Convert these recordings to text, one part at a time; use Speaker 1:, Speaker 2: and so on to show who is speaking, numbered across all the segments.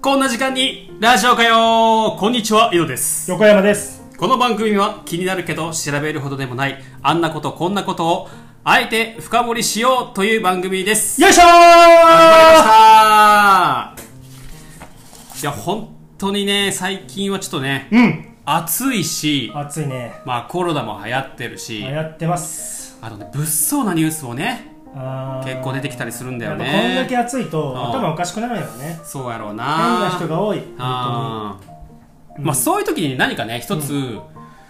Speaker 1: こんな時間にラジオかよこんにちは、井戸です。
Speaker 2: 横山です
Speaker 1: この番組は気になるけど調べるほどでもない、あんなことこんなことを、あえて深掘りしようという番組です。
Speaker 2: よいしょー
Speaker 1: 始まりましたいや、本当にね、最近はちょっとね、
Speaker 2: うん
Speaker 1: 暑いし、
Speaker 2: 暑いね
Speaker 1: まあコロナも流行ってるし、
Speaker 2: やってます
Speaker 1: あとね、物騒なニュースもね、
Speaker 2: あー
Speaker 1: 結構出てきたりするんだ
Speaker 2: や
Speaker 1: よ
Speaker 2: っぱこんだけ
Speaker 1: ね。
Speaker 2: 暑い
Speaker 1: あ
Speaker 2: と
Speaker 1: ー
Speaker 2: 頭おかしくなるよね
Speaker 1: そうやろう
Speaker 2: 変な
Speaker 1: な
Speaker 2: 人が多い本
Speaker 1: あーまあそういう時に何かね一つ、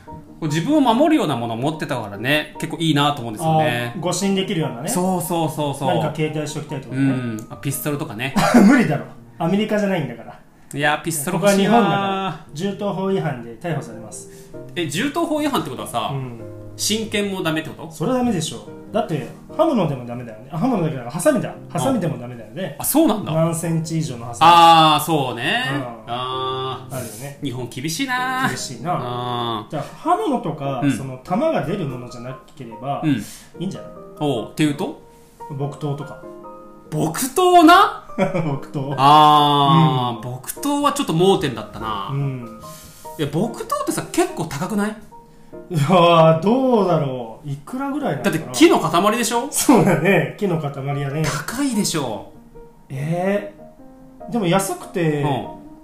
Speaker 1: こう自分を守るようなものを持ってたからね結構いいなと思うんです
Speaker 2: 当
Speaker 1: よ
Speaker 2: にあ
Speaker 1: ね
Speaker 2: ー誤信できるようなね
Speaker 1: そうそうそうそう
Speaker 2: 何か携帯しておきたいってこ
Speaker 1: う
Speaker 2: とね
Speaker 1: んピストルとか ね
Speaker 2: 無理だろアメリカじゃないんだから
Speaker 1: いやピストル
Speaker 2: ここは
Speaker 1: 欲し
Speaker 2: 日
Speaker 1: い
Speaker 2: 本だか
Speaker 1: な
Speaker 2: ら銃刀法違反で逮捕されます
Speaker 1: え銃刀法違反ってことはさ、
Speaker 2: うん
Speaker 1: 親権もダメってこと
Speaker 2: それはダメでしょだって刃物でもダメだよねあ刃物だけだからハサミだハサミでもダメだよね
Speaker 1: あそうなんだ、
Speaker 2: 何センチ以上のハサミ
Speaker 1: ああそうね、
Speaker 2: うん
Speaker 1: ああ
Speaker 2: あるよね
Speaker 1: 日本厳しいな
Speaker 2: 厳しいな
Speaker 1: あ
Speaker 2: じゃあ刃物とか、
Speaker 1: うん
Speaker 2: その弾が出るものじゃなければ、
Speaker 1: ーうん
Speaker 2: いいんじゃない
Speaker 1: おうっていうと
Speaker 2: 木刀と か
Speaker 1: 木刀な
Speaker 2: 木刀
Speaker 1: ああ、木刀はちょっと盲点だったな、
Speaker 2: うん
Speaker 1: いや木刀ってさ結構高くない
Speaker 2: いやーどうだろういくらぐらいなの
Speaker 1: だ
Speaker 2: か
Speaker 1: っ
Speaker 2: な
Speaker 1: て木の塊でしょ
Speaker 2: そうだね木の塊やね
Speaker 1: 高いでしょ
Speaker 2: えー、でも安くて
Speaker 1: う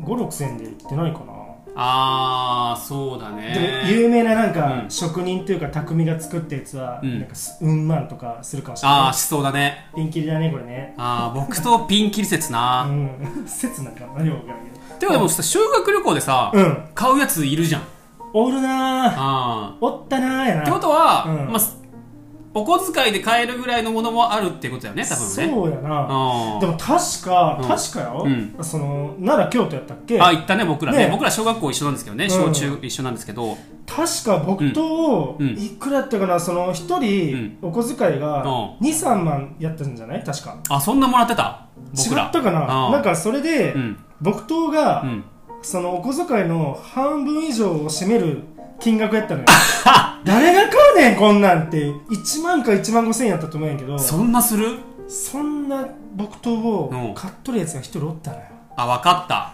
Speaker 2: 5 6千円で売ってないかな、
Speaker 1: ああそうだ
Speaker 2: でも
Speaker 1: ね
Speaker 2: 有名ななんか、
Speaker 1: うん
Speaker 2: 職人というか匠が作ったやつは、
Speaker 1: うん
Speaker 2: なんかすうんまんとかするかもしれ
Speaker 1: あ
Speaker 2: な
Speaker 1: あしそうだね
Speaker 2: いピンキリだねこれね
Speaker 1: ああ木刀ピンキリ説
Speaker 2: う
Speaker 1: な、
Speaker 2: ん 切なんか何も分からんけど
Speaker 1: てかでもさ修学旅行でさ、
Speaker 2: うん
Speaker 1: 買うやついるじゃん
Speaker 2: おるなー
Speaker 1: あ
Speaker 2: おったなーやな
Speaker 1: あってことは、
Speaker 2: うん
Speaker 1: まあお小遣いで買えるぐらいのものもあるってことだよね多分ね
Speaker 2: そうやな
Speaker 1: あ
Speaker 2: でも確か、
Speaker 1: うん
Speaker 2: 確かよ、
Speaker 1: うん
Speaker 2: その奈良京都やったっけ
Speaker 1: あ行ったね僕らね
Speaker 2: ね
Speaker 1: 僕ら小学校一緒なんですけどね
Speaker 2: うん
Speaker 1: 小中一緒なんですけど、
Speaker 2: 確か木刀を、
Speaker 1: うんうん
Speaker 2: いくらやったかなその一人お小遣いが
Speaker 1: うん
Speaker 2: 23万やったんじゃない確か
Speaker 1: あそんなもらってた
Speaker 2: 違
Speaker 1: 僕ら
Speaker 2: ったかな
Speaker 1: うん
Speaker 2: なんかそれで、
Speaker 1: うん
Speaker 2: 木刀が、
Speaker 1: うん
Speaker 2: そのお小遣いの半分以上を占める金額やった のよ誰が買うねんこんなんって1万か1万5千円やったと思うんやけど
Speaker 1: そ
Speaker 2: そ
Speaker 1: んなする
Speaker 2: んな木刀
Speaker 1: うん
Speaker 2: を買っとるやつが一人おったのよ
Speaker 1: あ、わか った。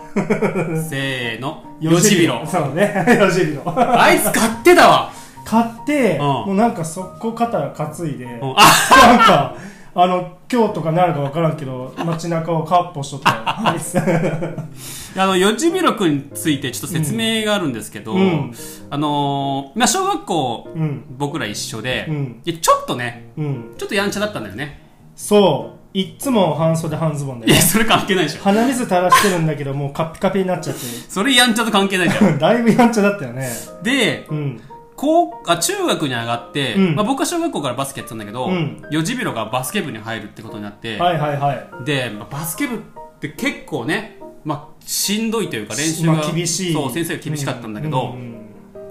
Speaker 1: せーの。よじびろ。
Speaker 2: そうね よじびろ
Speaker 1: あいつ買ってたわ。
Speaker 2: 買って、
Speaker 1: ん
Speaker 2: もうなんか速攻肩担いで、
Speaker 1: うん
Speaker 2: なん
Speaker 1: あ、
Speaker 2: か、あの、京都かなるか分からんけど、街中をカッポしとったよ。あいつ
Speaker 1: あの、よじびろくんについてちょっと説明があるんですけ ど、
Speaker 2: うん
Speaker 1: あのー、まあ、小学校、
Speaker 2: うん、
Speaker 1: 僕ら一緒で、
Speaker 2: うん
Speaker 1: でちょっとね、
Speaker 2: うん。
Speaker 1: ちょっとやんちゃだったんだよね。
Speaker 2: そう、いっつも半袖半ズボン
Speaker 1: い
Speaker 2: で
Speaker 1: や、。それ関係ないでしょ。
Speaker 2: 鼻水垂らしてるんだけど、もうカピカピになっちゃっ
Speaker 1: それやんちゃと関係ないじゃ
Speaker 2: て。 だいぶやんちゃだったよね。
Speaker 1: ん。で、
Speaker 2: うん。
Speaker 1: 高あ中学に上がって、
Speaker 2: うん
Speaker 1: まあ、僕は小学校からバスケやってたんだけど、
Speaker 2: うん
Speaker 1: よじびろがバスケ部に入るってことになって、
Speaker 2: はいはいはい。
Speaker 1: で、まあ、バスケ部って結構ね、まあ、しんどいというか練習が、
Speaker 2: まあ厳しい。
Speaker 1: そう先生が厳しかったんだけど、
Speaker 2: ううん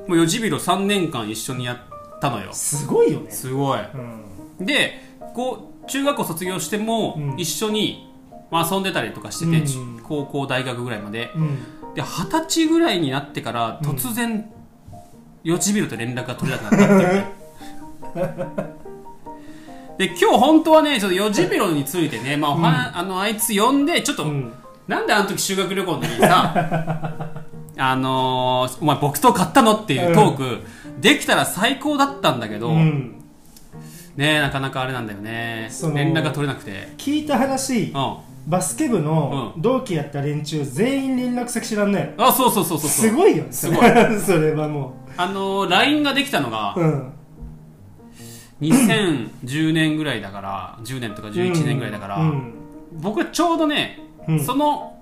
Speaker 1: もうよじびろ3年間一緒にやったのよ
Speaker 2: すごいよね。
Speaker 1: すごい
Speaker 2: うん。
Speaker 1: でこう中学校卒業しても、
Speaker 2: うん
Speaker 1: 一緒に、まあ、遊んでたりとかしてて、
Speaker 2: うん
Speaker 1: ち高校大学ぐらいまで
Speaker 2: うん。
Speaker 1: で二十歳ぐらいになってから突然、よちびろと連絡が取れなくなったって いうで今日本当はねちょっとよちびろについてね、まあおはあのあいつ呼んでちょっと、
Speaker 2: うん。
Speaker 1: なんであの時修学旅行の時にさ あのー、お前木刀買ったのっていうトーク、できたら最高だったんだけど、
Speaker 2: うん
Speaker 1: ねなかなかあれなんだよね
Speaker 2: その
Speaker 1: 連絡が取れなくて
Speaker 2: 聞いた話
Speaker 1: うん、あ
Speaker 2: バスケ部の
Speaker 1: う
Speaker 2: 同期やった連中全員連絡先知らんね
Speaker 1: そうそうそうそうそ
Speaker 2: す
Speaker 1: う
Speaker 2: ごいよね
Speaker 1: すごい
Speaker 2: それはも
Speaker 1: あのー、LINE ができたのが
Speaker 2: ううん
Speaker 1: 2010年ぐらいだから10年とか11年ぐらいだから、
Speaker 2: うん
Speaker 1: 僕はちょうどね、
Speaker 2: うん
Speaker 1: その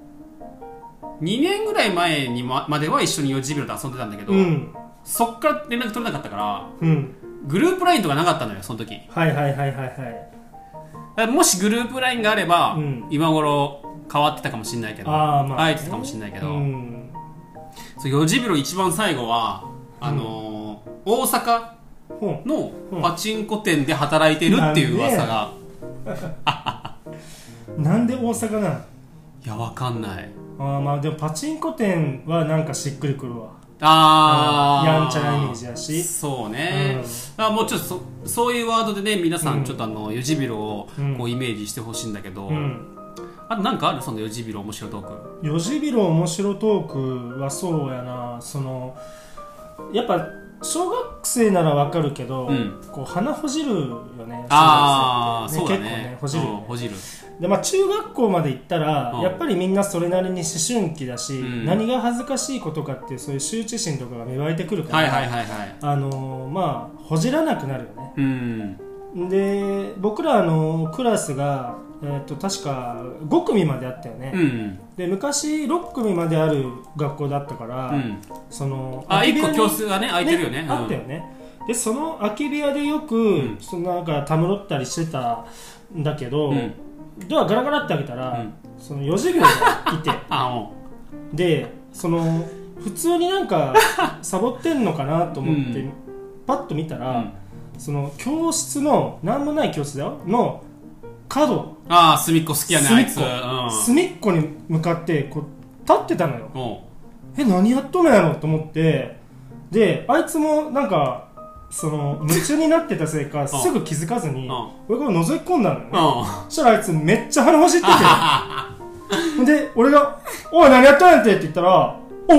Speaker 1: 2年ぐらい前にままでは一緒によじびろと遊んでたんだけど、
Speaker 2: うん
Speaker 1: そっから連絡取れなかったから
Speaker 2: うん
Speaker 1: グループ LINE とかなかったのよその時
Speaker 2: はいはいはいはいはい
Speaker 1: だからもしグループラインがあれば、
Speaker 2: うん
Speaker 1: 今頃変わってたかもしれないけど
Speaker 2: あーまあ
Speaker 1: えてたかもしれないけど、
Speaker 2: うん
Speaker 1: そうよじびろ一番最後はあのー大阪
Speaker 2: ほん
Speaker 1: の
Speaker 2: うん
Speaker 1: パチンコ店で働いてるっていう噂が、
Speaker 2: なんで大阪なん
Speaker 1: いやわかんない
Speaker 2: あーまあでもパチンコ店はなんかしっくりくるわ
Speaker 1: あー
Speaker 2: うんやんちゃなイメージだし
Speaker 1: そうね、
Speaker 2: うん
Speaker 1: だからもうちょっとそそういうワードでね皆さんちょっとあのよじびろを
Speaker 2: うん
Speaker 1: こうイメージしてほしいんだけど、
Speaker 2: うん
Speaker 1: あとなんかあるその四ジビロ面白トーク
Speaker 2: よじびろ面白トークはそうやなそのやっぱ小学生ならわかるけど、
Speaker 1: うん
Speaker 2: こう鼻ほじるよね
Speaker 1: ああ
Speaker 2: 小
Speaker 1: そう
Speaker 2: 学生
Speaker 1: だ
Speaker 2: って
Speaker 1: ね
Speaker 2: 結構ねほ
Speaker 1: う
Speaker 2: じるよ
Speaker 1: ん
Speaker 2: ね
Speaker 1: ほじる
Speaker 2: で、まあ、中学校まで行ったら、
Speaker 1: うん
Speaker 2: やっぱりみんなそれなりに思春期だし、
Speaker 1: うん
Speaker 2: 何が恥ずかしいことかっていうそういう羞恥心とかが芽生えてくるから、
Speaker 1: はいはいはいはい
Speaker 2: あのーまあほじらなくなるよね
Speaker 1: うん
Speaker 2: で僕らあのクラスが、えー、と確か5組まであったよね、
Speaker 1: うん
Speaker 2: で昔6組まである学校だったから、
Speaker 1: うん
Speaker 2: その
Speaker 1: あ
Speaker 2: 空
Speaker 1: 一
Speaker 2: き部屋
Speaker 1: 個
Speaker 2: に
Speaker 1: 教室がね空いてるよねうん
Speaker 2: あったよねでその空き部屋でよく、
Speaker 1: ん
Speaker 2: そのなんかたむろったりしてたんだけど、
Speaker 1: うん
Speaker 2: ドアガラガラって開けたら、
Speaker 1: うん
Speaker 2: その4時ぐらいが いて
Speaker 1: あも
Speaker 2: でその普通になんかサボってんのかなと思って、
Speaker 1: う
Speaker 2: パッと見た
Speaker 1: う、う
Speaker 2: ら、
Speaker 1: ん、
Speaker 2: その教室の何もない教室だよの角
Speaker 1: ああ隅っこ好きやねあ
Speaker 2: 隅っ
Speaker 1: い
Speaker 2: こ
Speaker 1: つうん
Speaker 2: 隅っこに向かってこう立ってたのよ
Speaker 1: お
Speaker 2: え何やっとんのやろと思ってであいつもなんかその夢中になってたせいかすぐ気づかず
Speaker 1: う
Speaker 2: に
Speaker 1: ん
Speaker 2: 俺が覗き込んだのよね、
Speaker 1: うん
Speaker 2: そしたらあいつめっちゃ鼻ほじって てで俺が「おい何やっとんやんて」って言ったら「お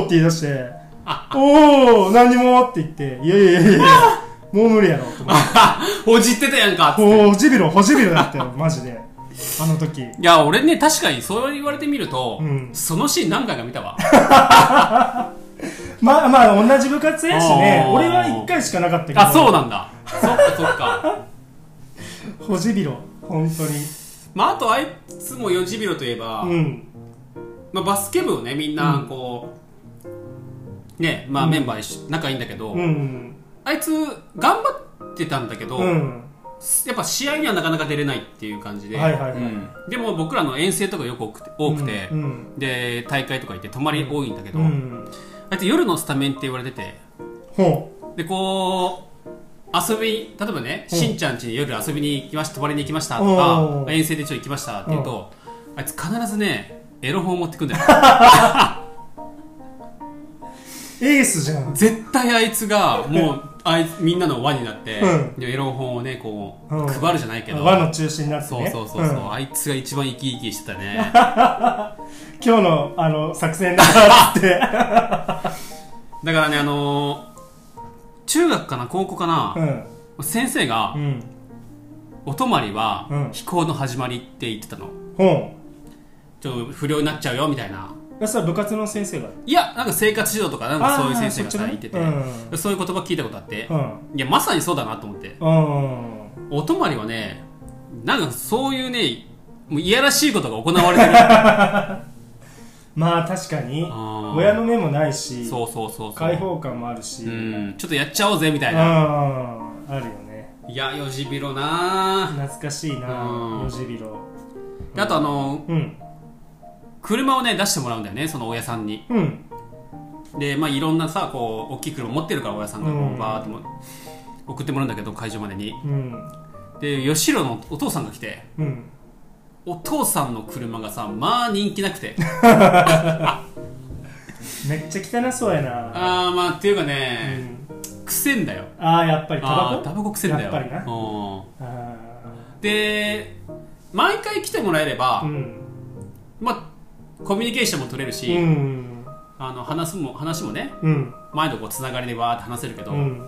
Speaker 2: お!」って言い出して 「おお何にも」って言って「いやいや いやいやもう無理やろ」と思って
Speaker 1: ほじってたやんかっつ
Speaker 2: 「
Speaker 1: って
Speaker 2: ほじびろほじびろ」だっ たよマジであの時
Speaker 1: いや俺ね確かにそう言われてみると、
Speaker 2: うん
Speaker 1: そのシーン何回か見た わ
Speaker 2: まあまあ同じ部活やしね
Speaker 1: あー
Speaker 2: 俺は1回しかなかったけど
Speaker 1: あそうなんだそっかそっか
Speaker 2: ほじびろ本当に
Speaker 1: まああとあいつもよじびろといえば、
Speaker 2: うん
Speaker 1: まあ、バスケ部をねみんなこう、ねまあ
Speaker 2: うん
Speaker 1: メンバー一緒仲いいんだけど、
Speaker 2: うん
Speaker 1: あいつ頑張ってたんだけど、
Speaker 2: うん
Speaker 1: やっぱ試合にはなかなか出れないっていう感じで、
Speaker 2: はいはいはい
Speaker 1: うんでも僕らの遠征とかよく多くて多くて、
Speaker 2: うん
Speaker 1: で大会とか行って泊まり多いんだけ
Speaker 2: う
Speaker 1: ど、
Speaker 2: ん
Speaker 1: あいつ夜のスタメンって言われてて
Speaker 2: ほ
Speaker 1: でこう遊び例えばね、
Speaker 2: うん
Speaker 1: しんちゃん家に夜遊びに行きました泊まりに行きましたと
Speaker 2: お
Speaker 1: か
Speaker 2: ー
Speaker 1: 遠征でちょっと行きましたって言うと、あいつ必ずねエロ本を持ってくんだよ
Speaker 2: うエースじゃん
Speaker 1: 絶対あいつがも うあいつみんなの輪になって、
Speaker 2: う
Speaker 1: でエロ本をねこう、
Speaker 2: うん
Speaker 1: 配るじゃないけど
Speaker 2: 輪の中心になって
Speaker 1: そう
Speaker 2: ね
Speaker 1: そうそうそう、
Speaker 2: ん
Speaker 1: あいつが一番生き生きしてたね
Speaker 2: 今日のあの作 戦だなって
Speaker 1: だからねあのー中学かな高校か
Speaker 2: う
Speaker 1: な、
Speaker 2: ん
Speaker 1: 先生が
Speaker 2: う、ん
Speaker 1: お泊まりは、
Speaker 2: うん
Speaker 1: 飛行の始まりって言ってたの
Speaker 2: ほ
Speaker 1: ちょっと不良になっちゃうよみたいな
Speaker 2: うそれは部活の先生が
Speaker 1: いやなんか生活指導とかなんかそういう先生が
Speaker 2: あ
Speaker 1: さ
Speaker 2: ー
Speaker 1: 言ってて、
Speaker 2: そっちのね
Speaker 1: そういう言葉聞いたことあって、
Speaker 2: うん
Speaker 1: いやまさにそうだなと思って
Speaker 2: うん
Speaker 1: お泊まりはねなんかそういうねもういやらしいことが行われて る
Speaker 2: まあ確かに
Speaker 1: あー
Speaker 2: 親の目もないし
Speaker 1: そうそうそうそう
Speaker 2: 開放感もあるし
Speaker 1: う
Speaker 2: うん
Speaker 1: んちょっとやっちゃおうぜみたいな、
Speaker 2: あるよね
Speaker 1: いやよじびろな
Speaker 2: 懐かしいな
Speaker 1: うん
Speaker 2: よじびろ
Speaker 1: であとあの
Speaker 2: うん
Speaker 1: 車をね出してもらうんだよねその親さんに
Speaker 2: うん
Speaker 1: でまあいろんなさこう大きい車持ってるから親さんが
Speaker 2: う
Speaker 1: こ
Speaker 2: ん
Speaker 1: うバーっても送ってもらうんだけど会場までに
Speaker 2: うん
Speaker 1: で吉野のお父さんが来て
Speaker 2: うん
Speaker 1: お父さんの車がさまあ人気なく て
Speaker 2: めっちゃ汚そうやな
Speaker 1: ああまあっていうか
Speaker 2: う
Speaker 1: ね、
Speaker 2: ん
Speaker 1: くせんだよ
Speaker 2: ああやっぱりタ
Speaker 1: あ
Speaker 2: バ
Speaker 1: あー
Speaker 2: コ
Speaker 1: タバコくせんだよ
Speaker 2: やっぱりな
Speaker 1: う
Speaker 2: あ
Speaker 1: んで毎回来てもらえれば、
Speaker 2: ーうん
Speaker 1: まあコミュニケーションも取れるし、
Speaker 2: うん
Speaker 1: あの話すも話もね
Speaker 2: うん
Speaker 1: 毎度こうつながりでわーって話せるけど、
Speaker 2: うん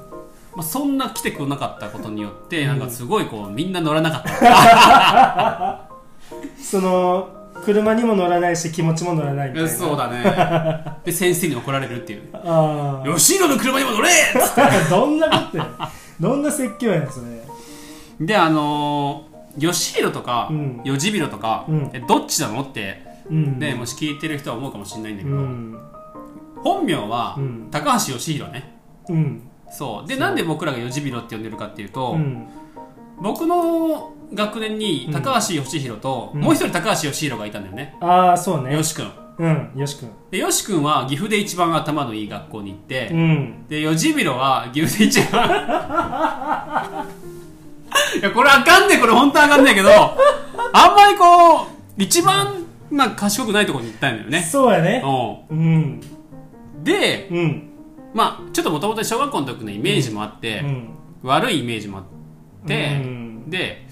Speaker 1: まあ、そんな来てこなかったことによって、なんかすごいこうみんな乗らなかった
Speaker 2: その車にも乗らないし気持ちも乗らないみたいな
Speaker 1: そうだ ねで先生に怒られるっていう
Speaker 2: あ
Speaker 1: 「
Speaker 2: あ
Speaker 1: 吉野の車にも乗 れ!」
Speaker 2: どんなことやどんな説教やんそれ
Speaker 1: であのー、吉弘とか、
Speaker 2: うん
Speaker 1: よじびろとか、
Speaker 2: うん
Speaker 1: えどっちなのって、
Speaker 2: うん
Speaker 1: ねもし聞いてる人は思うかもしれないんだ
Speaker 2: う
Speaker 1: けど、
Speaker 2: ん
Speaker 1: 本名は、
Speaker 2: うん
Speaker 1: 高橋義弘ね
Speaker 2: うん
Speaker 1: そうでなんで僕らがよじびろって呼んでるかっていうと、
Speaker 2: うん
Speaker 1: 僕の学年に高橋義弘と、
Speaker 2: うん
Speaker 1: もう一人高橋義弘がいたんだよね、
Speaker 2: ああそうね
Speaker 1: よし君
Speaker 2: うんよしくん
Speaker 1: でよし君は岐阜で一番頭のいい学校に行って、
Speaker 2: うん
Speaker 1: で、よじびろは牛で一番。いや、これあかんねこれ本当あかんねんけど、あんまりこう、一番、まあ、賢くないところに行ったんだよね。
Speaker 2: そうやね
Speaker 1: う
Speaker 2: うん
Speaker 1: ん。で、
Speaker 2: うん
Speaker 1: まあ、ちょっともともと小学校の時のイメージもあって、
Speaker 2: うん
Speaker 1: 悪いイメージもあって、
Speaker 2: うん
Speaker 1: で、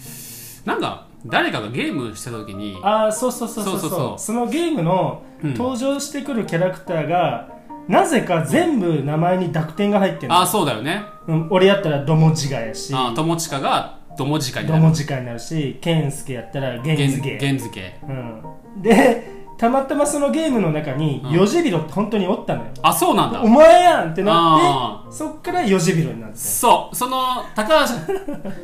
Speaker 1: なんか、誰かがゲームしてた時に
Speaker 2: ああそうそうそうそうそ
Speaker 1: そううそう
Speaker 2: そ
Speaker 1: そう
Speaker 2: のゲームの
Speaker 1: うん
Speaker 2: 登場してくるキャラクターが、なぜか全部名前に濁点が入ってるの、
Speaker 1: あそうだよね
Speaker 2: うん、俺やったらドモジガやし
Speaker 1: あ友近が友近に
Speaker 2: ド
Speaker 1: な
Speaker 2: モ
Speaker 1: る
Speaker 2: ジガになるしケンスケやったらゲンズゲ
Speaker 1: 源助
Speaker 2: うん、でたまたまそのゲームの中に
Speaker 1: うん
Speaker 2: ヨジビロって本当におったのよ、
Speaker 1: あそうなんだ
Speaker 2: お前やんってな
Speaker 1: あ
Speaker 2: ってそっからヨジビロになって、
Speaker 1: そうその高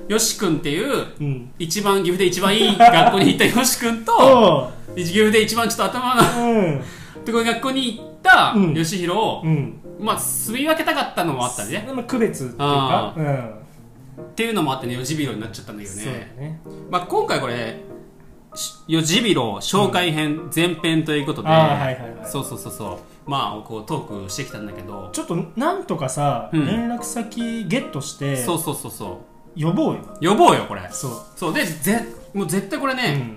Speaker 1: 橋よし君っていう
Speaker 2: うん、
Speaker 1: 一番岐阜で一番いい学校に行ったよし君と
Speaker 2: おう
Speaker 1: 岐阜で一番ちょっと頭が
Speaker 2: うん
Speaker 1: とこの学校に行った
Speaker 2: うん
Speaker 1: よしひろを、
Speaker 2: うん
Speaker 1: まあ住み分けたかったのもあったりね
Speaker 2: まあ区別っていうか
Speaker 1: あ
Speaker 2: うん
Speaker 1: っていうのもあってねよじびろになっちゃったんだけど
Speaker 2: そう
Speaker 1: ね
Speaker 2: だね
Speaker 1: まあ、今回これしよじびろ紹介編前編ということで、
Speaker 2: あーはいはいはい
Speaker 1: そうそうそうそうまあこうトークしてきたんだけど
Speaker 2: ちょっとなんとかさ、
Speaker 1: うん
Speaker 2: 連絡先ゲットして
Speaker 1: そうそうそうそ
Speaker 2: 呼ぼうよ
Speaker 1: う呼ぼうよこれ
Speaker 2: そう、
Speaker 1: そうでぜもう絶対これ
Speaker 2: う
Speaker 1: ね、
Speaker 2: ん、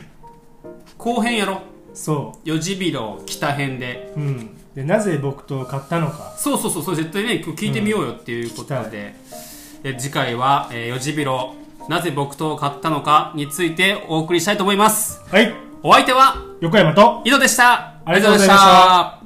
Speaker 1: 後編やろ
Speaker 2: そ
Speaker 1: よじびろ北編で
Speaker 2: う、うん、でなぜ僕と買ったのか
Speaker 1: そうそうそうそう絶対ね今日聞いてみようよっていうこと
Speaker 2: うん聞き
Speaker 1: で,、で次回は、えーよじびろなぜ僕と買ったのかについてお送りしたいと思います
Speaker 2: はい
Speaker 1: お相手は
Speaker 2: 横山と
Speaker 1: 井戸でした
Speaker 2: ありがとうございました
Speaker 1: ありがとうございました